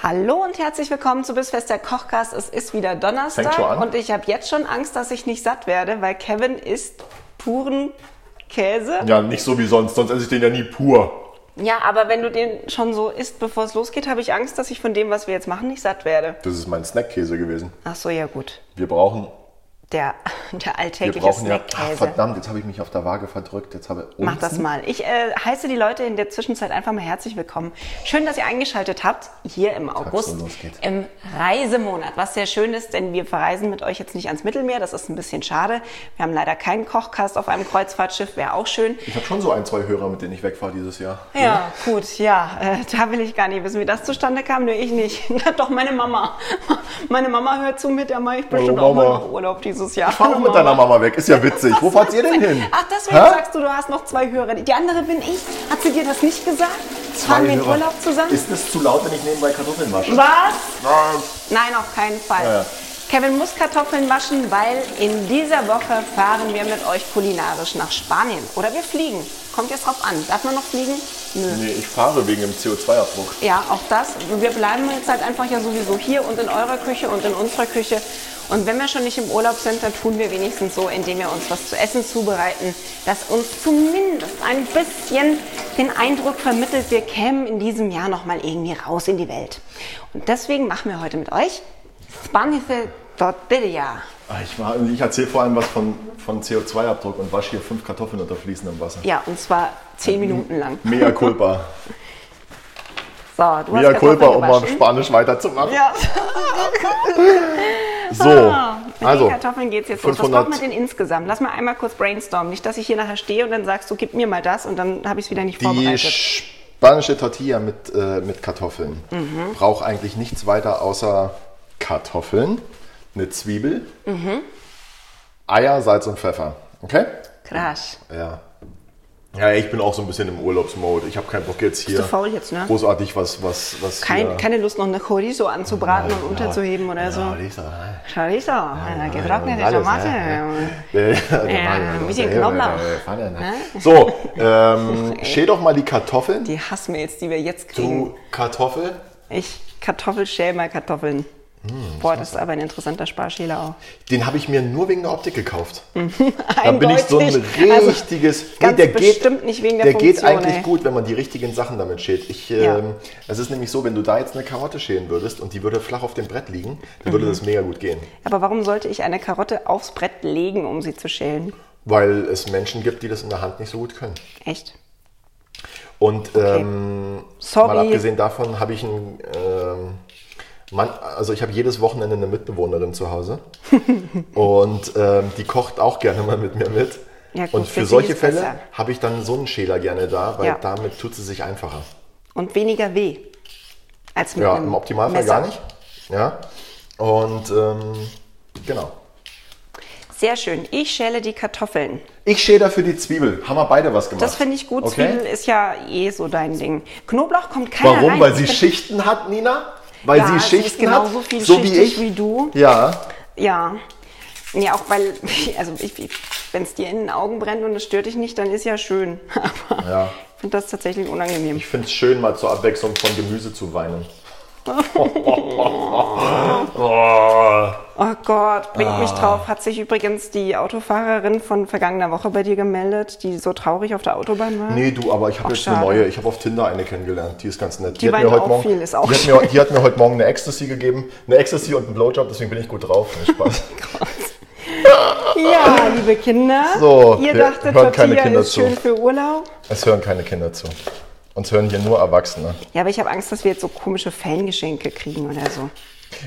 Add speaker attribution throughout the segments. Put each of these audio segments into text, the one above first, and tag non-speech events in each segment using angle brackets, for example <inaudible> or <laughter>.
Speaker 1: Hallo und herzlich willkommen zu Bissfest der Kochcast. Es ist wieder Donnerstag
Speaker 2: Fängt schon an.
Speaker 1: und ich habe jetzt schon Angst, dass ich nicht satt werde, weil Kevin isst puren Käse.
Speaker 2: Ja, nicht so wie sonst, sonst esse ich den ja nie pur.
Speaker 1: Ja, aber wenn du den schon so isst, bevor es losgeht, habe ich Angst, dass ich von dem, was wir jetzt machen, nicht satt werde.
Speaker 2: Das ist mein Snackkäse gewesen.
Speaker 1: Ach so, ja gut.
Speaker 2: Wir brauchen,
Speaker 1: Der, <laughs> der
Speaker 2: wir
Speaker 1: alltägliche
Speaker 2: brauchen ja. Ach,
Speaker 1: Snackkäse.
Speaker 2: verdammt, jetzt habe ich mich auf der Waage verdrückt. Jetzt habe
Speaker 1: Mach das mal. Ich äh, heiße die Leute in der Zwischenzeit einfach mal herzlich willkommen. Schön, dass ihr eingeschaltet habt, hier im August,
Speaker 2: los geht's.
Speaker 1: im Reisemonat. Was sehr schön ist, denn wir verreisen mit euch jetzt nicht ans Mittelmeer. Das ist ein bisschen schade. Wir haben leider keinen Kochkast auf einem Kreuzfahrtschiff, wäre auch schön.
Speaker 2: Ich habe schon so ein, zwei Hörer, mit denen ich wegfahre dieses Jahr.
Speaker 1: Ja, gut, ja, äh, da will ich gar nicht wissen, wie das zustande kam. Nur ich nicht. <laughs> Na doch, meine Mama. Meine Mama hört zu mit, der mache ich bestimmt auch mal
Speaker 2: Mama.
Speaker 1: noch Urlaub dieses Jahr.
Speaker 2: Ich fahre auch mit deiner Mama weg, ist ja witzig. Wo fahrt ihr denn hin?
Speaker 1: Ach, deswegen
Speaker 2: Hä?
Speaker 1: sagst du, du hast noch zwei Hörer. Die andere bin ich. Hat sie dir das nicht gesagt?
Speaker 2: Zwei
Speaker 1: Fahren wir in
Speaker 2: Hörer.
Speaker 1: Urlaub zusammen?
Speaker 2: Ist es zu laut, wenn ich nebenbei Kartoffeln wasche?
Speaker 1: Was?
Speaker 2: Was?
Speaker 1: Nein, auf keinen Fall.
Speaker 2: Ja, ja.
Speaker 1: Kevin muss Kartoffeln waschen, weil in dieser Woche fahren wir mit euch kulinarisch nach Spanien. Oder wir fliegen. Kommt jetzt drauf an. Darf man noch fliegen? Nö.
Speaker 2: Nee, ich fahre wegen dem CO2-Abdruck.
Speaker 1: Ja, auch das. Wir bleiben jetzt halt einfach ja sowieso hier und in eurer Küche und in unserer Küche. Und wenn wir schon nicht im Urlaub sind, dann tun wir wenigstens so, indem wir uns was zu essen zubereiten, das uns zumindest ein bisschen den Eindruck vermittelt, wir kämen in diesem Jahr nochmal irgendwie raus in die Welt. Und deswegen machen wir heute mit euch Spanische Tortilla.
Speaker 2: Ah, Ich, war- ich erzähle vor allem was von, von CO2-Abdruck und wasche hier fünf Kartoffeln unter fließendem Wasser.
Speaker 1: Ja, und zwar zehn Minuten lang.
Speaker 2: Mea culpa.
Speaker 1: So, du
Speaker 2: Mea
Speaker 1: hast
Speaker 2: culpa,
Speaker 1: Kartoffeln
Speaker 2: um mal
Speaker 1: gewaschen.
Speaker 2: Spanisch weiterzumachen.
Speaker 1: Ja. <laughs>
Speaker 2: So,
Speaker 1: Ah, Mit den
Speaker 2: also.
Speaker 1: Kartoffeln geht's jetzt los. Was
Speaker 2: 500
Speaker 1: braucht man denn insgesamt? Lass mal einmal kurz brainstormen. Nicht, dass ich hier nachher stehe und dann sagst du, gib mir mal das und dann habe ich es wieder nicht
Speaker 2: Die
Speaker 1: vorbereitet.
Speaker 2: spanische Tortilla mit, äh, mit Kartoffeln
Speaker 1: Mhm.
Speaker 2: braucht eigentlich nichts weiter außer Kartoffeln, eine Zwiebel,
Speaker 1: Mhm.
Speaker 2: Eier, Salz und Pfeffer. Okay?
Speaker 1: Krass.
Speaker 2: Ja. Ja, ich bin auch so ein bisschen im Urlaubsmode. Ich habe keinen Bock jetzt hier
Speaker 1: du faul jetzt, ne?
Speaker 2: großartig was was was
Speaker 1: Kein,
Speaker 2: hier-
Speaker 1: Keine Lust, noch eine Chorizo anzubraten und unterzuheben oder
Speaker 2: ja,
Speaker 1: so.
Speaker 2: Lisa.
Speaker 1: Chorizo, eine Äh, getrocknete
Speaker 2: alles,
Speaker 1: Tomate.
Speaker 2: ne? Äh,
Speaker 1: ein bisschen Knoblauch.
Speaker 2: ne?
Speaker 1: <laughs>
Speaker 2: So, ähm, schäl doch mal die Kartoffeln.
Speaker 1: Die Hassmails, die wir jetzt kriegen.
Speaker 2: Du Kartoffel.
Speaker 1: Ich kartoffelschäl mal Kartoffeln.
Speaker 2: Hm,
Speaker 1: Boah, das ist aber ein interessanter Sparschäler auch.
Speaker 2: Den habe ich mir nur wegen der Optik gekauft.
Speaker 1: <laughs>
Speaker 2: Da bin ich so ein
Speaker 1: Mhm. Eindeutig. Also,
Speaker 2: richtiges.
Speaker 1: ganz bestimmt nicht wegen der
Speaker 2: Der geht
Speaker 1: Funktion,
Speaker 2: eigentlich
Speaker 1: ey.
Speaker 2: gut, wenn man die richtigen Sachen damit schält. Ich,
Speaker 1: Ja.
Speaker 2: ähm, es ist nämlich so, wenn du da jetzt eine Karotte schälen würdest und die würde flach auf dem Brett liegen, dann
Speaker 1: Mhm.
Speaker 2: würde das mega gut gehen.
Speaker 1: Aber warum sollte ich eine Karotte aufs Brett legen, um sie zu schälen?
Speaker 2: Weil es Menschen gibt, die das in der Hand nicht so gut können.
Speaker 1: Echt?
Speaker 2: Und ähm,
Speaker 1: Sorry.
Speaker 2: mal abgesehen davon habe ich einen. Ähm, Mann, also ich habe jedes Wochenende eine Mitbewohnerin
Speaker 1: <laughs>
Speaker 2: zu Hause und ähm, die kocht auch gerne mal mit mir mit.
Speaker 1: Ja, gut,
Speaker 2: und
Speaker 1: für
Speaker 2: für
Speaker 1: sie
Speaker 2: solche
Speaker 1: ist besser.
Speaker 2: Fälle habe ich dann so einen Schäler gerne da, weil
Speaker 1: Ja.
Speaker 2: damit tut sie sich einfacher.
Speaker 1: Und weniger weh. Als mit
Speaker 2: Ja,
Speaker 1: einem
Speaker 2: im Optimalfall
Speaker 1: Messer.
Speaker 2: gar nicht. Ja. Und ähm, genau.
Speaker 1: Sehr schön. Ich schäle die Kartoffeln.
Speaker 2: Ich schäle dafür die Zwiebel. Haben wir beide was gemacht?
Speaker 1: Das finde ich gut.
Speaker 2: Okay?
Speaker 1: Zwiebel ist ja eh so dein Ding. Knoblauch kommt keiner
Speaker 2: Warum?
Speaker 1: rein.
Speaker 2: Weil sie
Speaker 1: Ich bin-
Speaker 2: Schichten hat, Nina? Weil
Speaker 1: Ja,
Speaker 2: sie
Speaker 1: sie ist
Speaker 2: Schichten
Speaker 1: genauso
Speaker 2: hat,
Speaker 1: viel
Speaker 2: so wie
Speaker 1: schichtig
Speaker 2: ich.
Speaker 1: wie du.
Speaker 2: Ja.
Speaker 1: Ja. Ja, auch weil, <laughs> also wenn es dir in den Augen brennt und es stört dich nicht, dann ist ja schön. <laughs> Aber
Speaker 2: Ja.
Speaker 1: ich finde das tatsächlich unangenehm.
Speaker 2: Ich finde es schön, mal zur Abwechslung von Gemüse
Speaker 1: <laughs>
Speaker 2: zu weinen.
Speaker 1: Oh Gott, bringt mich
Speaker 2: Ah.
Speaker 1: drauf. Hat sich übrigens die Autofahrerin von vergangener Woche bei dir gemeldet, die so traurig auf der Autobahn war?
Speaker 2: Nee, du, aber ich
Speaker 1: Ach,
Speaker 2: habe jetzt
Speaker 1: schade.
Speaker 2: eine neue. Ich habe auf Tinder eine kennengelernt. Die ist ganz nett.
Speaker 1: Die
Speaker 2: hat
Speaker 1: weint
Speaker 2: mir heute
Speaker 1: auch
Speaker 2: Morgen,
Speaker 1: viel, ist auch
Speaker 2: die, hat mir, die hat mir heute Morgen eine Ecstasy gegeben. Eine Ecstasy und einen Blowjob, deswegen bin ich gut drauf.
Speaker 1: <laughs>
Speaker 2: Nee, Spaß.
Speaker 1: Ja, liebe Kinder.
Speaker 2: So,
Speaker 1: ihr
Speaker 2: wir
Speaker 1: dachtet,
Speaker 2: hören keine
Speaker 1: Tortilla
Speaker 2: Kinder
Speaker 1: ist schön
Speaker 2: zu.
Speaker 1: für Urlaub.
Speaker 2: es hören keine Kinder zu. Uns hören hier nur Erwachsene.
Speaker 1: Ja, aber ich habe Angst, dass wir jetzt so komische Fangeschenke kriegen oder so.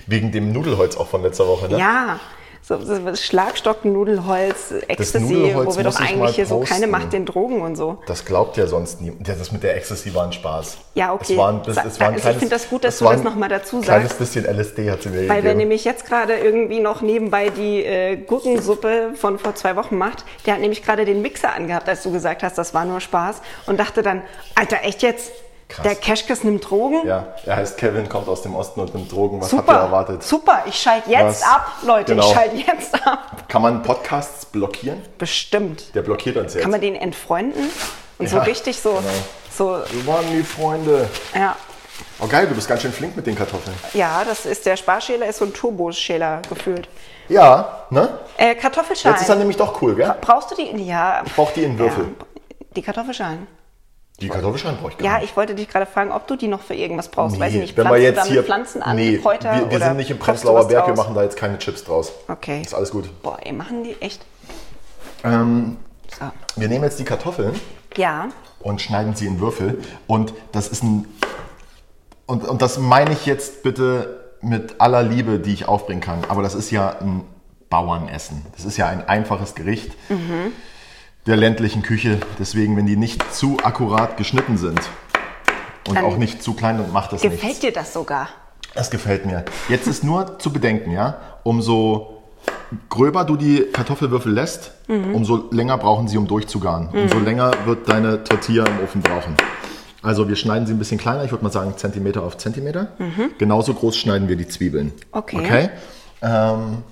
Speaker 2: Wegen dem Nudelholz auch von letzter Woche, ne?
Speaker 1: Ja, So, so Schlagstock, Nudelholz, Ecstasy,
Speaker 2: Nudelholz
Speaker 1: wo wir doch
Speaker 2: muss ich
Speaker 1: eigentlich
Speaker 2: mal
Speaker 1: hier so keine
Speaker 2: posten.
Speaker 1: Macht den Drogen und so.
Speaker 2: Das glaubt ja sonst niemand. Ja, das mit der Ecstasy war ein Spaß.
Speaker 1: Ja, okay.
Speaker 2: Es war ein, bis-
Speaker 1: Sa-
Speaker 2: es war ein
Speaker 1: also ich
Speaker 2: kleines-
Speaker 1: find das gut, dass
Speaker 2: es
Speaker 1: du
Speaker 2: war
Speaker 1: das
Speaker 2: ein
Speaker 1: noch mal dazu
Speaker 2: Kleines
Speaker 1: sagst.
Speaker 2: bisschen LSD hat sie mir
Speaker 1: Weil wer
Speaker 2: gegeben.
Speaker 1: nämlich jetzt gerade irgendwie noch nebenbei die äh, Gurkensuppe von vor zwei Wochen macht, der hat nämlich gerade den Mixer angehabt, als du gesagt hast, das war nur Spaß und dachte dann, Alter, echt jetzt?
Speaker 2: Krass.
Speaker 1: Der Cashkiss nimmt Drogen?
Speaker 2: ja, er heißt Kevin, kommt aus dem Osten und nimmt Drogen. Was habt ihr
Speaker 1: Super,
Speaker 2: erwartet?
Speaker 1: super, ich schalte jetzt
Speaker 2: Was?
Speaker 1: ab, Leute,
Speaker 2: Genau.
Speaker 1: ich schalte jetzt ab.
Speaker 2: Kann man Podcasts blockieren?
Speaker 1: Bestimmt.
Speaker 2: Der blockiert uns jetzt.
Speaker 1: Kann man den entfreunden? Und so
Speaker 2: Ja,
Speaker 1: richtig so,
Speaker 2: genau.
Speaker 1: so,
Speaker 2: Wir waren die Freunde.
Speaker 1: ja.
Speaker 2: Oh geil, du bist ganz schön flink mit den Kartoffeln.
Speaker 1: Ja, das ist der Sparschäler, ist so ein Turboschäler gefühlt.
Speaker 2: Ja, ne?
Speaker 1: Äh, Kartoffelschalen.
Speaker 2: Jetzt ist er nämlich doch cool, gell?
Speaker 1: Brauchst du die? Ja. Ich
Speaker 2: brauch die in Würfel.
Speaker 1: Ja, die Kartoffelschalen.
Speaker 2: Die Kartoffelschalen brauche ich gar
Speaker 1: Ja,
Speaker 2: nicht.
Speaker 1: ich wollte dich gerade fragen, ob du die noch für irgendwas brauchst. Weiß ich nicht,
Speaker 2: Genau. wenn wir
Speaker 1: pflanzt du
Speaker 2: jetzt
Speaker 1: damit
Speaker 2: hier,
Speaker 1: Pflanzen an,
Speaker 2: nee,
Speaker 1: Kräuter
Speaker 2: wir, wir
Speaker 1: oder
Speaker 2: sind nicht im
Speaker 1: kochst du
Speaker 2: Prenzlauer
Speaker 1: was
Speaker 2: Berg, wir
Speaker 1: draus?
Speaker 2: machen da jetzt keine Chips draus.
Speaker 1: Okay.
Speaker 2: Ist alles gut.
Speaker 1: Boah, ey, machen die echt.
Speaker 2: Ähm,
Speaker 1: So.
Speaker 2: wir nehmen jetzt die Kartoffeln
Speaker 1: Ja,
Speaker 2: und schneiden sie in Würfel. Und das ist ein. Und, und das meine ich jetzt bitte mit aller Liebe, die ich aufbringen kann. Aber das ist ja ein Bauernessen. Das ist ja ein einfaches Gericht der ländlichen Küche. Deswegen, wenn die nicht zu akkurat geschnitten sind und
Speaker 1: Dann
Speaker 2: auch nicht zu klein, dann macht das
Speaker 1: gefällt
Speaker 2: nichts.
Speaker 1: dir das sogar?
Speaker 2: Das gefällt mir. Jetzt ist nur zu bedenken, ja, umso gröber du die Kartoffelwürfel lässt, umso länger brauchen sie, um durchzugaren. Umso länger wird deine Tortilla im Ofen brauchen. Also wir schneiden sie ein bisschen kleiner, ich würde mal sagen Zentimeter auf Zentimeter. Genauso groß schneiden wir die Zwiebeln.
Speaker 1: Okay.
Speaker 2: okay? Ähm,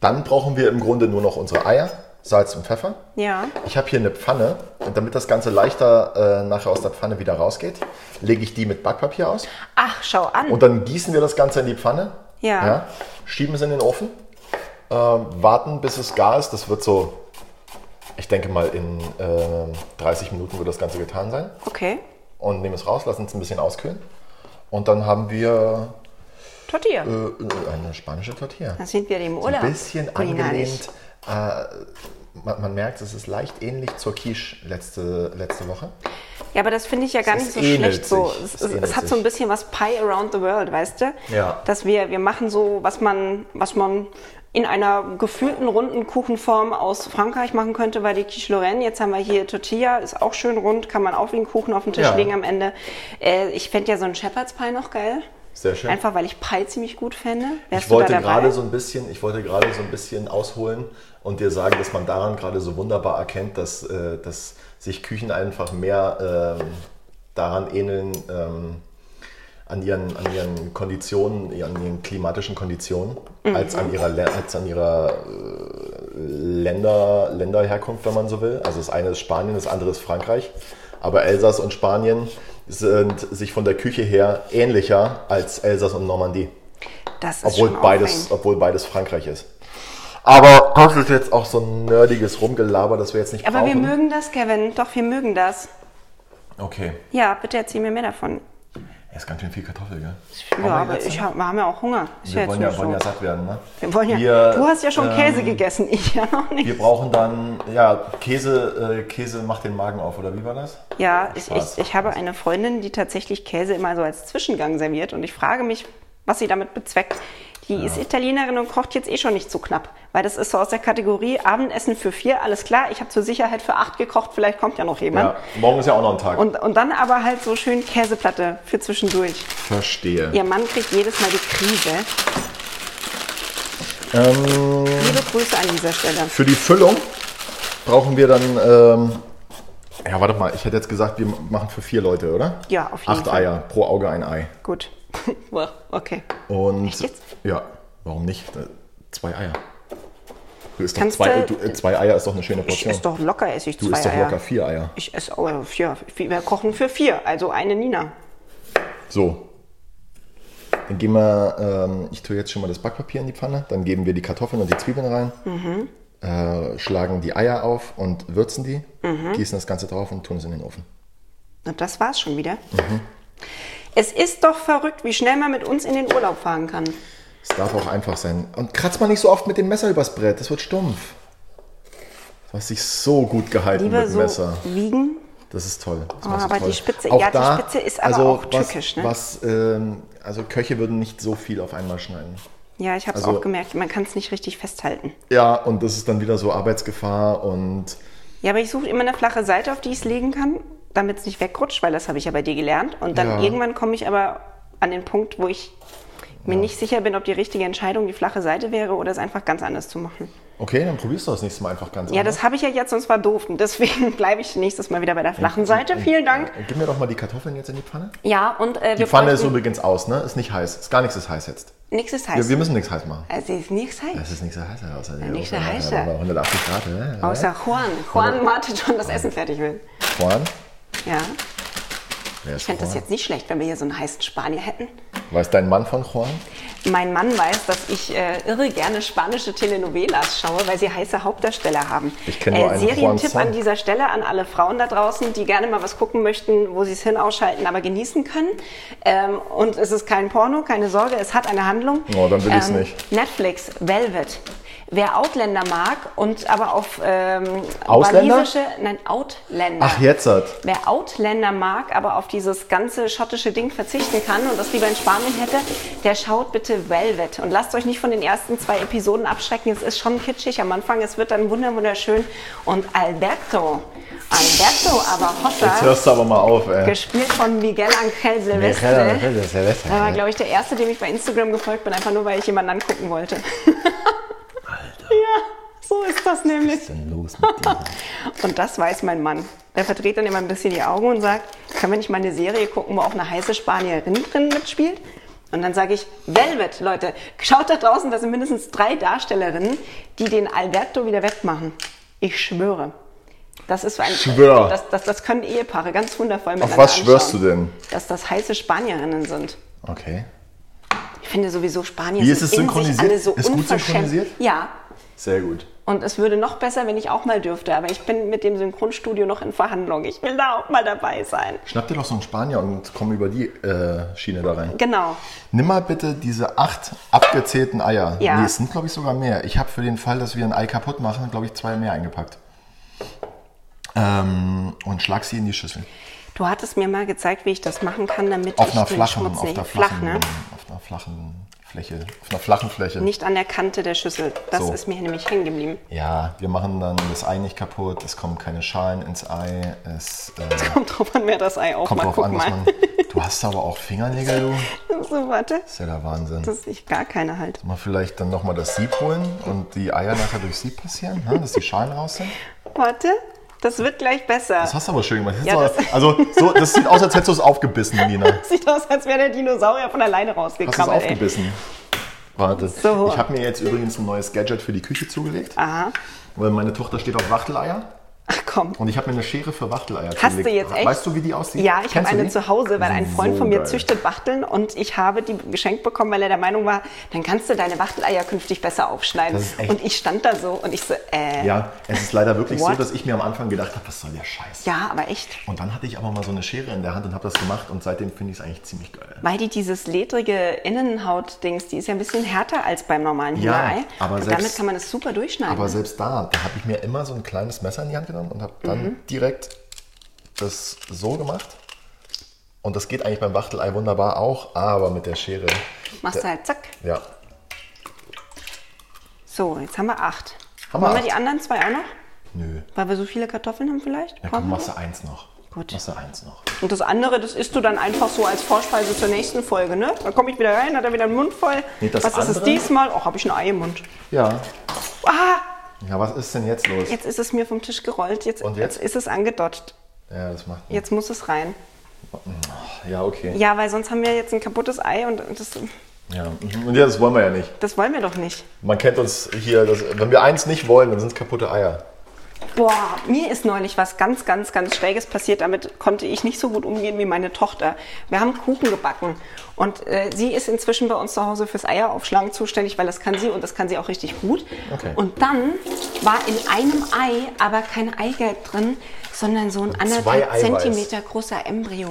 Speaker 2: dann brauchen wir im Grunde nur noch unsere Eier, Salz und Pfeffer.
Speaker 1: Ja.
Speaker 2: Ich habe hier eine Pfanne und damit das Ganze leichter äh, nachher aus der Pfanne wieder rausgeht, lege ich die mit Backpapier aus.
Speaker 1: Ach, schau an.
Speaker 2: Und dann gießen wir das Ganze in die Pfanne.
Speaker 1: Ja.
Speaker 2: schieben es in den Ofen. ähm, warten, bis es gar ist. Das wird so, ich denke mal, in ähm, 30 Minuten wird das Ganze getan sein.
Speaker 1: okay.
Speaker 2: Und nehmen es raus, lassen es ein bisschen auskühlen. Und dann haben wir
Speaker 1: Tortilla.
Speaker 2: äh, eine spanische Tortilla.
Speaker 1: Da sind wir im
Speaker 2: So
Speaker 1: Urlaub.
Speaker 2: ein bisschen
Speaker 1: Kulinarisch.
Speaker 2: angelehnt. Äh, man, man merkt, es ist leicht ähnlich zur Quiche letzte, letzte Woche.
Speaker 1: Ja, aber das finde ich ja gar
Speaker 2: Es
Speaker 1: nicht so
Speaker 2: ähnelt
Speaker 1: schlecht. So.
Speaker 2: sich.
Speaker 1: Es,
Speaker 2: Es
Speaker 1: es, es
Speaker 2: ähnelt
Speaker 1: hat so ein
Speaker 2: sich.
Speaker 1: bisschen was Pie around the world, weißt du?
Speaker 2: Ja.
Speaker 1: Dass wir, wir machen so, was man, was man in einer gefühlten runden Kuchenform aus Frankreich machen könnte, weil die Quiche Lorraine, jetzt haben wir hier Tortilla, ist auch schön rund, kann man auch wie einen Kuchen auf den Tisch
Speaker 2: Ja.
Speaker 1: legen am Ende. Äh, ich fände ja so einen Shepherd's Pie noch geil.
Speaker 2: Sehr schön.
Speaker 1: Einfach, weil ich Pie ziemlich gut fände. Wärst
Speaker 2: Ich wollte
Speaker 1: du da dabei?
Speaker 2: gerade so ein bisschen, ich wollte gerade so ein bisschen ausholen und dir sagen, dass man daran gerade so wunderbar erkennt, dass, äh, dass sich Küchen einfach mehr ähm, daran ähneln ähm, an, ihren, an ihren Konditionen, an ihren klimatischen Konditionen, als
Speaker 1: Mhm.
Speaker 2: an ihrer, Le- als an ihrer äh, Länder, Länderherkunft, wenn man so will. Also das eine ist Spanien, das andere ist Frankreich. Aber Elsass und Spanien sind sich von der Küche her ähnlicher als Elsass und Normandie.
Speaker 1: das ist
Speaker 2: Obwohl
Speaker 1: schon
Speaker 2: beides,
Speaker 1: aufregend.
Speaker 2: obwohl beides Frankreich ist. Aber das ist jetzt auch so ein nerdiges Rumgelaber, das wir jetzt nicht
Speaker 1: Aber wir
Speaker 2: brauchen.
Speaker 1: mögen das, Kevin. Doch, wir mögen das.
Speaker 2: Okay.
Speaker 1: Ja, bitte erzähl mir mehr davon.
Speaker 2: Ja, ist ganz schön viel Kartoffel, gell?
Speaker 1: Ja, aber ich hab, wir haben ja auch Hunger. Ist ja
Speaker 2: wir
Speaker 1: jetzt
Speaker 2: wollen
Speaker 1: nicht
Speaker 2: ja,
Speaker 1: so.
Speaker 2: wollen ja satt werden, ne?
Speaker 1: wir wollen ja,
Speaker 2: Wir,
Speaker 1: du hast ja schon
Speaker 2: ähm,
Speaker 1: Käse gegessen, <laughs> ich ja noch nicht.
Speaker 2: Wir brauchen dann, ja, Käse, äh, Käse macht den Magen auf, oder wie war das?
Speaker 1: Ja, ich, ich,
Speaker 2: Spaß.
Speaker 1: ich habe eine Freundin, die tatsächlich Käse immer so als Zwischengang serviert und ich frage mich, was sie damit bezweckt. Die ist Italienerin und kocht jetzt eh schon nicht so knapp, weil das ist so aus der Kategorie Abendessen für vier, alles klar, ich habe zur Sicherheit für acht gekocht, vielleicht kommt ja noch jemand.
Speaker 2: Ja, morgen ist ja auch noch ein Tag.
Speaker 1: Und, und dann aber halt so schön Käseplatte für zwischendurch.
Speaker 2: Verstehe.
Speaker 1: Ihr Mann kriegt jedes Mal die Krise.
Speaker 2: Ähm,
Speaker 1: Liebe Grüße an dieser Stelle.
Speaker 2: für die Füllung brauchen wir dann, ähm, ja, warte mal, ich hätte jetzt gesagt, wir machen für vier Leute, oder?
Speaker 1: Ja, auf jeden
Speaker 2: Acht
Speaker 1: Fall.
Speaker 2: Eier, pro Auge ein Ei.
Speaker 1: Gut. <laughs> Wow, okay.
Speaker 2: Und
Speaker 1: Echt jetzt?
Speaker 2: ja, warum nicht? Da- Zwei Eier. Du isst doch
Speaker 1: Kannst
Speaker 2: zwei,
Speaker 1: du-
Speaker 2: du, äh, zwei Eier ist doch eine schöne
Speaker 1: Ich
Speaker 2: Portion.
Speaker 1: esse doch locker, esse ich
Speaker 2: du
Speaker 1: zwei
Speaker 2: isst doch
Speaker 1: Eier.
Speaker 2: locker vier Eier.
Speaker 1: Ich esse auch vier. Wir kochen für vier, also eine Nina.
Speaker 2: So. Dann gehen wir, ähm, ich tue jetzt schon mal das Backpapier in die Pfanne, dann geben wir die Kartoffeln und die Zwiebeln rein,
Speaker 1: Mhm.
Speaker 2: äh, schlagen die Eier auf und würzen die, gießen das Ganze drauf und tun es in den Ofen.
Speaker 1: Und das war's schon wieder.
Speaker 2: Mhm.
Speaker 1: Es ist doch verrückt, wie schnell man mit uns in den Urlaub fahren kann.
Speaker 2: Es darf auch einfach sein. Und kratzt mal nicht so oft mit dem Messer übers Brett, das wird stumpf. Du hast dich so gut gehalten
Speaker 1: Lieber
Speaker 2: mit dem
Speaker 1: so
Speaker 2: Messer.
Speaker 1: wiegen.
Speaker 2: Das ist toll. Das
Speaker 1: Oh,
Speaker 2: machst du
Speaker 1: aber
Speaker 2: toll. also
Speaker 1: die Spitze- ja, die Spitze ist aber auch
Speaker 2: was,
Speaker 1: tückisch, ne?
Speaker 2: Was, ähm, also Köche würden nicht so viel auf einmal schneiden.
Speaker 1: Ja, ich habe es
Speaker 2: Also-
Speaker 1: auch gemerkt, man kann es nicht richtig festhalten.
Speaker 2: Ja, und das ist dann wieder so Arbeitsgefahr und
Speaker 1: Ja, aber ich suche immer eine flache Seite, auf die ich es legen kann, damit es nicht wegrutscht, weil das habe ich ja bei dir gelernt. Und dann
Speaker 2: Ja.
Speaker 1: irgendwann komme ich aber an den Punkt, wo ich mir nicht sicher bin, ob die richtige Entscheidung die flache Seite wäre oder es einfach ganz anders zu machen.
Speaker 2: okay, dann probierst du das nächste Mal einfach ganz
Speaker 1: Ja,
Speaker 2: anders.
Speaker 1: das habe ich ja jetzt, sonst war doof. Und deswegen <laughs> bleibe ich nächstes Mal wieder bei der flachen Seite. Vielen Dank.
Speaker 2: Oh, Gib mir doch mal die Kartoffeln jetzt in die Pfanne.
Speaker 1: Ja, und äh, wir
Speaker 2: Die Pfanne ist
Speaker 1: bräuchten-
Speaker 2: übrigens aus, ne? Ist nicht heiß. Ist gar nichts ist heiß jetzt.
Speaker 1: Nichts ist heiß.
Speaker 2: Wir, wir müssen nichts heiß machen.
Speaker 1: also es ist nichts heiß.
Speaker 2: Es ist nichts so heiß, außer
Speaker 1: Ja, Äh, nicht so
Speaker 2: Ja,
Speaker 1: heiß,
Speaker 2: da
Speaker 1: ja.
Speaker 2: waren wir 180 Grad. ne? Ja.
Speaker 1: Außer Juan. Juan wartet schon, dass Essen fertig wird.
Speaker 2: äh, Juan.
Speaker 1: Ja,
Speaker 2: Wer ist
Speaker 1: ich fände das
Speaker 2: Juan?
Speaker 1: jetzt nicht schlecht, wenn wir hier so einen heißen Spanier hätten.
Speaker 2: Weiß dein Mann von Juan?
Speaker 1: Mein Mann weiß, dass ich äh, irre gerne spanische Telenovelas schaue, weil sie heiße Hauptdarsteller haben. Äh,
Speaker 2: Ich kenn nur einen
Speaker 1: Serientipp
Speaker 2: Juan Son.
Speaker 1: an dieser Stelle an alle Frauen da draußen, die gerne mal was gucken möchten, wo sie es hinausschalten, aber genießen können. Ähm, und es ist kein Porno, keine Sorge, es hat eine Handlung. Ähm,
Speaker 2: Oh, dann will ich's nicht.
Speaker 1: Netflix, Velvet. Wer Outlander mag und aber auf ähm,
Speaker 2: Ausländer?
Speaker 1: walisische, nein, Outländer.
Speaker 2: Ach, jetzt hat.
Speaker 1: Wer Outlander mag, aber auf dieses ganze schottische Ding verzichten kann und das lieber in Spanien hätte, der schaut bitte Velvet. Und lasst euch nicht von den ersten zwei Episoden abschrecken. Es ist schon kitschig am Anfang, es wird dann wunder- wunderschön. Und Alberto, Alberto aber
Speaker 2: Jetzt
Speaker 1: Hossa,
Speaker 2: hörst du aber mal auf, ey.
Speaker 1: gespielt von Miguel Angel Silvestre. Er
Speaker 2: Äh.
Speaker 1: war, glaube ich, der Erste, dem ich bei Instagram gefolgt bin, einfach nur, weil ich jemanden angucken wollte. Alter. <laughs> Ja, so ist das nämlich.
Speaker 2: denn los mit dir?
Speaker 1: <laughs> Und das weiß mein Mann. Der verdreht dann immer ein bisschen die Augen und sagt, können wir nicht mal eine Serie gucken, wo auch eine heiße Spanierin drin mitspielt? Und dann sage ich, Velvet, Leute, schaut da draußen, da sind mindestens drei Darstellerinnen, die den Alberto wieder wettmachen. Ich schwöre. Das ist so ein.
Speaker 2: Schwör.
Speaker 1: Das, das, das können Ehepaare ganz wundervoll miteinander
Speaker 2: was schwörst du denn?
Speaker 1: Dass das heiße Spanierinnen sind.
Speaker 2: Okay.
Speaker 1: Ich finde sowieso Spanier
Speaker 2: Wie ist
Speaker 1: sind
Speaker 2: es
Speaker 1: in
Speaker 2: synchronisiert?
Speaker 1: Sich alle so
Speaker 2: Ist gut
Speaker 1: unverschämt.
Speaker 2: synchronisiert?
Speaker 1: Ja,
Speaker 2: Sehr gut.
Speaker 1: und es würde noch besser, wenn ich auch mal dürfte. Aber ich bin mit dem Synchronstudio noch in Verhandlung. Ich will da auch mal dabei sein.
Speaker 2: Schnapp dir doch so einen Spanier und komm über die äh, Schiene da rein.
Speaker 1: Genau.
Speaker 2: Nimm mal bitte diese acht abgezählten Eier.
Speaker 1: Ja.
Speaker 2: Nee, es sind, glaube ich, sogar mehr. Ich habe für den Fall, dass wir ein Ei kaputt machen, glaube ich, zwei mehr eingepackt. Ähm, und schlag sie in die Schüssel.
Speaker 1: Du hattest mir mal gezeigt, wie ich das machen kann, damit
Speaker 2: Auf
Speaker 1: ich
Speaker 2: einer
Speaker 1: den
Speaker 2: flachen,
Speaker 1: Schmutz
Speaker 2: auf
Speaker 1: nicht
Speaker 2: der genau.
Speaker 1: flach,
Speaker 2: flachen,
Speaker 1: ne?
Speaker 2: auf einer flachen Fläche, auf einer flachen Fläche.
Speaker 1: Nicht an der Kante der Schüssel. Das
Speaker 2: So.
Speaker 1: ist mir nämlich hängen geblieben. <laughs>
Speaker 2: Ja, wir machen dann das Ei nicht kaputt, es kommen keine Schalen ins Ei, es äh,
Speaker 1: Kommt drauf an, wer das Ei
Speaker 2: kommt
Speaker 1: aufmacht.
Speaker 2: drauf
Speaker 1: Guck
Speaker 2: an, was
Speaker 1: mal.
Speaker 2: man. Du hast aber auch Fingernägel,
Speaker 1: <laughs>
Speaker 2: du.
Speaker 1: so, warte.
Speaker 2: Ist ja der Wahnsinn.
Speaker 1: Das ist gar keine halt.
Speaker 2: Mal vielleicht dann nochmal das Sieb holen und die Eier nachher durch Sieb passieren, ne? dass die Schalen raus sind.
Speaker 1: Warte. Das wird gleich besser. <laughs>
Speaker 2: Das hast du aber schön gemacht. Das
Speaker 1: Ja,
Speaker 2: ist
Speaker 1: das-
Speaker 2: aber- also, so, das sieht aus, als hättest du es aufgebissen, Nina.
Speaker 1: Sieht aus, als wäre der Dinosaurier von alleine
Speaker 2: Hast du es
Speaker 1: rausgekrabbelt. ey.
Speaker 2: aufgebissen? Warte.
Speaker 1: So.
Speaker 2: Ich habe mir jetzt übrigens ein neues Gadget für die Küche zugelegt,
Speaker 1: Aha.
Speaker 2: weil meine Tochter steht auf Wachteleier
Speaker 1: Ach komm.
Speaker 2: und ich habe mir eine Schere für Wachteleier
Speaker 1: Hast du
Speaker 2: zugelegt.
Speaker 1: jetzt echt?
Speaker 2: Weißt du, wie die aussieht?
Speaker 1: Ja, ich habe
Speaker 2: Kennst du
Speaker 1: eine
Speaker 2: die?
Speaker 1: zu Hause, weil ein Freund
Speaker 2: So
Speaker 1: von mir
Speaker 2: geil.
Speaker 1: züchtet Wachteln und ich habe die geschenkt bekommen, weil er der Meinung war, dann kannst du deine Wachteleier künftig besser aufschneiden.
Speaker 2: Das ist echt-
Speaker 1: Und ich stand da so und ich so, äh, ja,
Speaker 2: Ja, es ist leider wirklich so,
Speaker 1: What?
Speaker 2: dass ich mir am Anfang gedacht habe, was soll der Scheiß?
Speaker 1: aber echt.
Speaker 2: Und dann hatte ich aber mal so eine Schere in der Hand und habe das gemacht und seitdem finde ich es eigentlich ziemlich geil.
Speaker 1: Weil die dieses ledrige Innenhaut-Dings, die ist ja ein bisschen härter als beim normalen
Speaker 2: Ja,
Speaker 1: Hühnerei.
Speaker 2: aber
Speaker 1: und
Speaker 2: selbst-
Speaker 1: damit kann man es super durchschneiden.
Speaker 2: Aber selbst da, da habe ich mir immer so ein kleines Messer in die Hand genommen und habe dann
Speaker 1: Mhm.
Speaker 2: direkt das so gemacht. Und das geht eigentlich beim Wachtelei wunderbar auch, aber mit der Schere.
Speaker 1: Machst du halt zack.
Speaker 2: Ja.
Speaker 1: So, jetzt haben wir acht.
Speaker 2: Haben wir
Speaker 1: Wollen wir
Speaker 2: acht.
Speaker 1: die anderen zwei auch noch?
Speaker 2: Nö.
Speaker 1: Weil wir so viele Kartoffeln haben vielleicht?
Speaker 2: Ja, komm,
Speaker 1: Brauchen wir
Speaker 2: machst du eins noch.
Speaker 1: Gut.
Speaker 2: Machst du eins noch.
Speaker 1: Und das andere, das isst du dann einfach so als Vorspeise zur nächsten Folge, ne? Dann komme ich wieder rein, hat er wieder einen Mund voll.
Speaker 2: Nee, das
Speaker 1: Was ist es
Speaker 2: andere-
Speaker 1: diesmal? Och, habe ich ein Ei im Mund.
Speaker 2: Ja.
Speaker 1: Ah,
Speaker 2: Ja, was ist denn jetzt los?
Speaker 1: jetzt ist es mir vom Tisch gerollt. Jetzt,
Speaker 2: Und
Speaker 1: jetzt?
Speaker 2: jetzt?
Speaker 1: ist es angedotzt.
Speaker 2: Ja, das macht. Oh,
Speaker 1: Jetzt muss es rein.
Speaker 2: Ja, okay.
Speaker 1: Ja, weil sonst haben wir jetzt ein kaputtes Ei und das,
Speaker 2: Ja. mhm. Und ja, das wollen wir ja nicht.
Speaker 1: das wollen wir doch nicht.
Speaker 2: Man kennt uns hier, das, wenn wir eins nicht wollen, dann sind es kaputte Eier.
Speaker 1: Boah, mir ist neulich was ganz, ganz, ganz Schräges passiert. Damit konnte ich nicht so gut umgehen wie meine Tochter. Wir haben Kuchen gebacken und äh, sie ist inzwischen bei uns zu Hause fürs Eieraufschlagen zuständig, weil das kann sie und das kann sie auch richtig gut.
Speaker 2: Okay.
Speaker 1: Und dann war in einem Ei aber kein Eigelb drin, sondern so ein anderthalb
Speaker 2: Eiweiß.
Speaker 1: Zentimeter großer Embryo.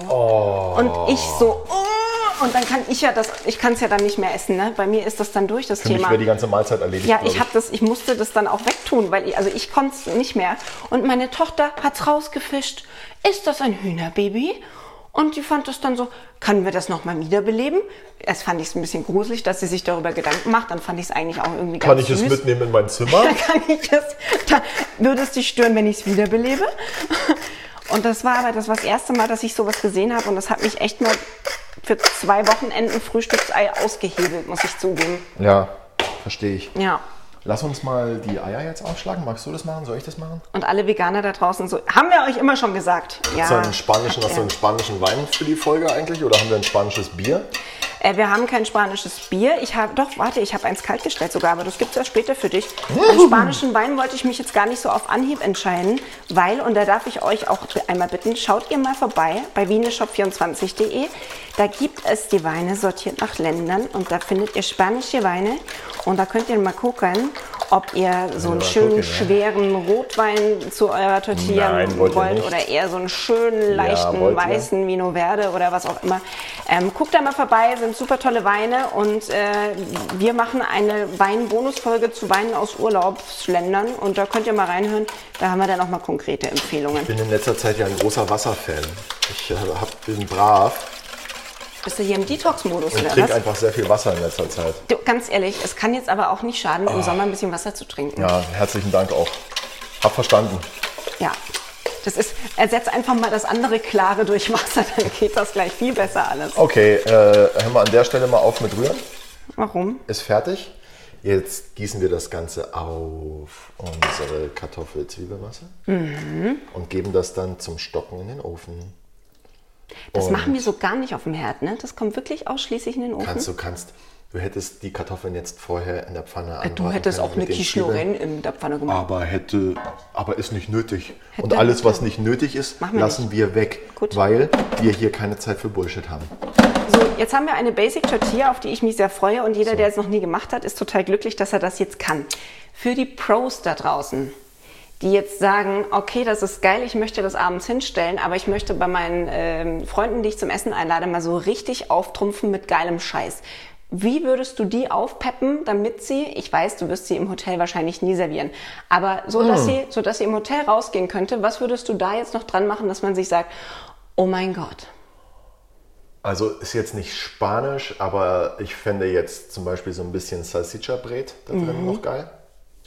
Speaker 1: Und ich so, oh, und dann kann ich ja das, ich kann es ja dann nicht mehr essen. Ne? Bei mir ist das dann durch das
Speaker 2: Für mich
Speaker 1: Thema.
Speaker 2: wäre die ganze Mahlzeit erledigt.
Speaker 1: Ja,
Speaker 2: glaub
Speaker 1: ich, hab das, ich musste das dann auch wegtun, weil ich, also ich konnte es nicht mehr. Und meine Tochter hat's rausgefischt. Ist das ein Hühnerbaby? Und die fand das dann so, können wir das nochmal wiederbeleben? Erst fand ich es ein bisschen gruselig, dass sie sich darüber Gedanken macht. Dann fand ich es eigentlich auch irgendwie
Speaker 2: Kann
Speaker 1: ganz
Speaker 2: ich es
Speaker 1: süß.
Speaker 2: mitnehmen in mein
Speaker 1: <laughs>
Speaker 2: Zimmer?
Speaker 1: Da kann ich es, da würde es dich stören, wenn ich es wiederbelebe. <laughs> Und das war aber das, war das erste Mal, dass ich sowas gesehen habe. Und das hat mich echt mal für zwei Wochenenden Frühstücksei ausgehebelt, muss ich zugeben.
Speaker 2: <laughs> Ja, verstehe ich.
Speaker 1: Ja.
Speaker 2: Lass uns mal die Eier jetzt aufschlagen. Magst du das machen? Soll ich das machen?
Speaker 1: Und alle Veganer da draußen so, haben wir euch immer schon gesagt.
Speaker 2: Hast du
Speaker 1: Ja.
Speaker 2: einen spanischen, hast du einen spanischen Wein für die Folge eigentlich? Oder haben wir ein spanisches Bier?
Speaker 1: Äh, wir haben kein spanisches Bier. Ich habe, doch, warte, ich habe eins kaltgestellt sogar, aber das gibt es ja später für dich. Beim spanischen Wein wollte ich mich jetzt gar nicht so auf Anhieb entscheiden, weil, und da darf ich euch auch einmal bitten, schaut ihr mal vorbei bei wieneshop24.de. Da gibt es die Weine sortiert nach Ländern und da findet ihr spanische Weine und da könnt ihr mal gucken, ob ihr so einen
Speaker 2: mal
Speaker 1: schönen,
Speaker 2: gucken, ja.
Speaker 1: schweren Rotwein zu eurer Tortilla
Speaker 2: Nein,
Speaker 1: wollt
Speaker 2: wollt ihr nicht.
Speaker 1: oder eher so einen schönen, leichten,
Speaker 2: wollt ihr?
Speaker 1: weißen. Vino Verde oder was auch immer. Ähm, guckt da mal vorbei, sind super tolle Weine und äh, wir machen eine Wein-Bonus-Folge zu Weinen aus Urlaubsländern und da könnt ihr mal reinhören. Da haben wir dann auch mal konkrete Empfehlungen.
Speaker 2: Ich bin in letzter Zeit ja ein großer Wasserfan. Ich äh, hab, bin brav
Speaker 1: Bist du hier im Detox-Modus
Speaker 2: und
Speaker 1: oder
Speaker 2: trinke
Speaker 1: was?
Speaker 2: einfach sehr viel Wasser in letzter Zeit.
Speaker 1: Du, ganz ehrlich, es kann jetzt aber auch nicht schaden, im Sommer ein bisschen Wasser zu trinken.
Speaker 2: Ah. Ja, herzlichen Dank auch. Hab verstanden.
Speaker 1: Ja. Das ist, ersetzt einfach mal das andere Klare durch Wasser, dann geht das gleich viel besser alles.
Speaker 2: Okay, äh, hören wir an der Stelle mal auf mit Rühren.
Speaker 1: Warum?
Speaker 2: Ist fertig. Jetzt gießen wir das Ganze auf unsere Kartoffel-Zwiebelmasse
Speaker 1: Mhm.
Speaker 2: und geben das dann zum Stocken in den Ofen.
Speaker 1: Das
Speaker 2: Und-
Speaker 1: machen wir so gar nicht auf dem Herd, ne? Das kommt wirklich ausschließlich in den Ofen.
Speaker 2: Kannst du kannst. Du hättest die Kartoffeln jetzt vorher in der Pfanne anbraten
Speaker 1: Äh, Du hättest
Speaker 2: können
Speaker 1: auch eine
Speaker 2: mit den
Speaker 1: Quiche
Speaker 2: Zwiebeln.
Speaker 1: Lorraine in der Pfanne gemacht.
Speaker 2: Aber hätte, aber ist nicht nötig. und
Speaker 1: Hätte-
Speaker 2: alles, was nicht nötig ist,
Speaker 1: Machen wir
Speaker 2: lassen wir weg,
Speaker 1: Gut.
Speaker 2: weil wir hier keine Zeit für Bullshit haben.
Speaker 1: So, jetzt haben wir eine Basic Tortilla, auf die ich mich sehr freue und jeder, der es noch nie gemacht hat, ist total glücklich, dass er das jetzt kann. Für die Pros da draußen, die jetzt sagen, okay, das ist geil, ich möchte das abends hinstellen, aber ich möchte bei meinen ähm, Freunden, die ich zum Essen einlade, mal so richtig auftrumpfen mit geilem Scheiß. Wie würdest du die aufpeppen, damit sie, ich weiß, du wirst sie im Hotel wahrscheinlich nie servieren, aber so, dass sie, so dass sie im Hotel rausgehen könnte, was würdest du da jetzt noch dran machen, dass man sich sagt, oh mein Gott,
Speaker 2: Also ist jetzt nicht spanisch, aber ich fände jetzt zum Beispiel so ein bisschen Salsiccia-Bret da drin noch geil.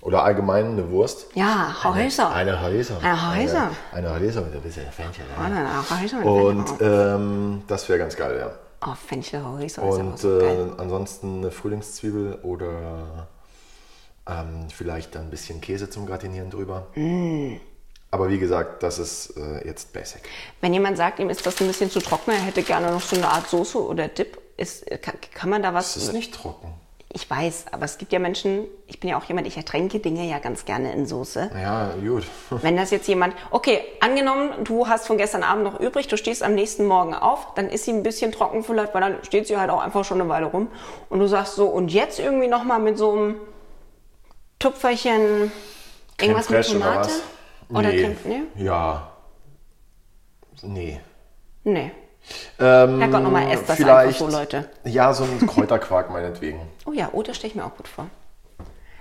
Speaker 2: Oder allgemein eine Wurst.
Speaker 1: Mhm. ja, Häuser.
Speaker 2: Eine Häuser.
Speaker 1: Eine Häuser.
Speaker 2: Eine, eine Häuser mit ein bisschen Fenchel.
Speaker 1: Ah, nein, auch Horizont.
Speaker 2: Und ähm, das wäre ganz geil, ja.
Speaker 1: oh, Fenchel Horizont ist aber
Speaker 2: Und
Speaker 1: so geil.
Speaker 2: äh, ansonsten eine Frühlingszwiebel oder ähm, vielleicht ein bisschen Käse zum Gratinieren drüber.
Speaker 1: Mm.
Speaker 2: Aber wie gesagt, das ist äh, jetzt basic.
Speaker 1: Wenn jemand sagt, ihm ist das ein bisschen zu trocken, er hätte gerne noch so eine Art Soße oder Dip, ist, kann, kann man da
Speaker 2: Es
Speaker 1: was?
Speaker 2: ist nicht trocken.
Speaker 1: Ich weiß, aber es gibt ja Menschen, ich bin ja auch jemand, ich ertränke Dinge ja ganz gerne in Soße.
Speaker 2: Ja, gut. <laughs>
Speaker 1: Wenn das jetzt jemand, okay, angenommen, du hast von gestern Abend noch übrig, du stehst am nächsten Morgen auf, dann ist sie ein bisschen trocken vielleicht, weil dann steht sie halt auch einfach schon eine Weile rum und du sagst so, und jetzt irgendwie nochmal mit so einem Tupferchen irgendwas mit
Speaker 2: fraiche
Speaker 1: Tomate?
Speaker 2: Oder
Speaker 1: Oder ne?
Speaker 2: nee.
Speaker 1: Creme- nee?
Speaker 2: Ja. Nee.
Speaker 1: Nee.
Speaker 2: Ähm,
Speaker 1: Herrgott, nochmal, esst das
Speaker 2: vielleicht-
Speaker 1: einfach so, Leute.
Speaker 2: Ja, so
Speaker 1: <laughs>
Speaker 2: ein Kräuterquark meinetwegen.
Speaker 1: Oh ja, oh, das stelle ich mir auch gut vor.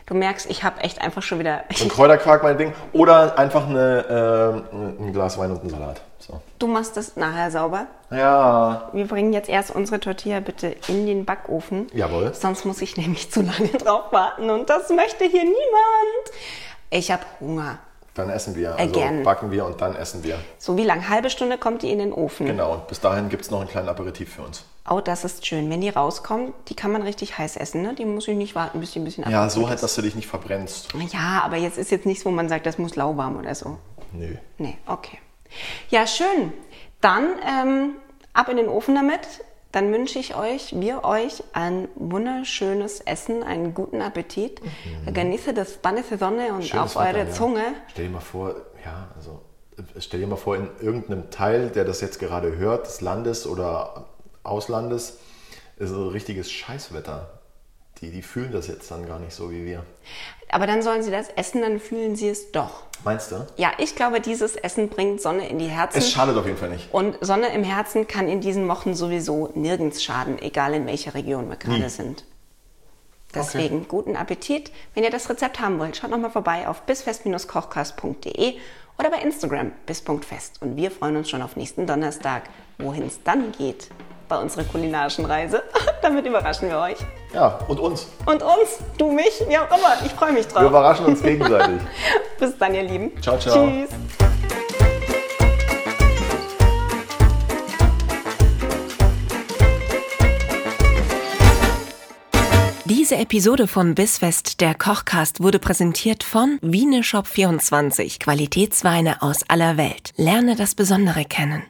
Speaker 1: Du merkst, ich habe echt einfach schon wieder. <laughs>
Speaker 2: Ein Kräuterquark meinetwegen. Oder einfach eine, ähm, ein Glas Wein und einen Salat. So.
Speaker 1: Du machst das nachher sauber.
Speaker 2: Ja.
Speaker 1: Wir bringen jetzt erst unsere Tortilla bitte in den Backofen.
Speaker 2: Jawohl.
Speaker 1: Sonst muss ich <laughs> nämlich zu lange drauf warten und das möchte hier niemand. Ich habe Hunger.
Speaker 2: Dann essen wir. Also
Speaker 1: Again.
Speaker 2: backen wir und dann essen wir.
Speaker 1: So wie lang? Halbe Stunde kommt die in den Ofen.
Speaker 2: Genau, und bis dahin gibt es noch einen kleinen Aperitif für uns.
Speaker 1: Oh, das ist schön. Wenn die rauskommt, die kann man richtig heiß essen. Ne? Die muss ich nicht warten, bis die ein bisschen ab.
Speaker 2: Ja, so halt, dass du dich nicht verbrennst.
Speaker 1: ja, aber jetzt ist jetzt nichts, wo man sagt, das muss lauwarm oder so.
Speaker 2: Nö.
Speaker 1: Nee, okay. Ja, schön. Dann ähm, ab in den Ofen damit. Dann wünsche ich euch, wir euch ein wunderschönes Essen, einen guten Appetit. Genieße das spanische Sonne und
Speaker 2: Mhm. Schönes
Speaker 1: auf
Speaker 2: Wetter,
Speaker 1: eure
Speaker 2: ja.
Speaker 1: Zunge.
Speaker 2: Stell dir mal vor, ja, also äh, stell dir mal vor, in irgendeinem Teil, der das jetzt gerade hört, des Landes oder Auslandes, ist so richtiges Scheißwetter. Die, die fühlen das jetzt dann gar nicht so wie wir.
Speaker 1: Aber dann sollen sie das essen, dann fühlen sie es doch.
Speaker 2: Meinst du?
Speaker 1: Ja, ich glaube, dieses Essen bringt Sonne in die Herzen.
Speaker 2: Es schadet auf jeden Fall nicht.
Speaker 1: und Sonne im Herzen
Speaker 2: Hm.
Speaker 1: kann in diesen Wochen sowieso nirgends schaden, egal in welcher Region wir gerade sind. Deswegen guten Appetit. Wenn ihr das Rezept haben wollt, schaut nochmal vorbei auf bisfest-kochkast.de oder bei Instagram bis.fest. Und wir freuen uns schon auf nächsten Donnerstag, wohin es dann geht bei unserer kulinarischen Reise. <laughs> Damit überraschen wir euch.
Speaker 2: Ja, und uns.
Speaker 1: Und uns, du mich, wie auch immer. Ich freue mich
Speaker 2: Wir
Speaker 1: drauf.
Speaker 2: überraschen <laughs> uns gegenseitig.
Speaker 1: Bis dann, ihr Lieben.
Speaker 2: Ciao, ciao.
Speaker 1: Tschüss.
Speaker 3: Diese Episode von Bissfest, der Kochcast, wurde präsentiert von Wieneshop24, Qualitätsweine aus aller Welt. Lerne das Besondere kennen.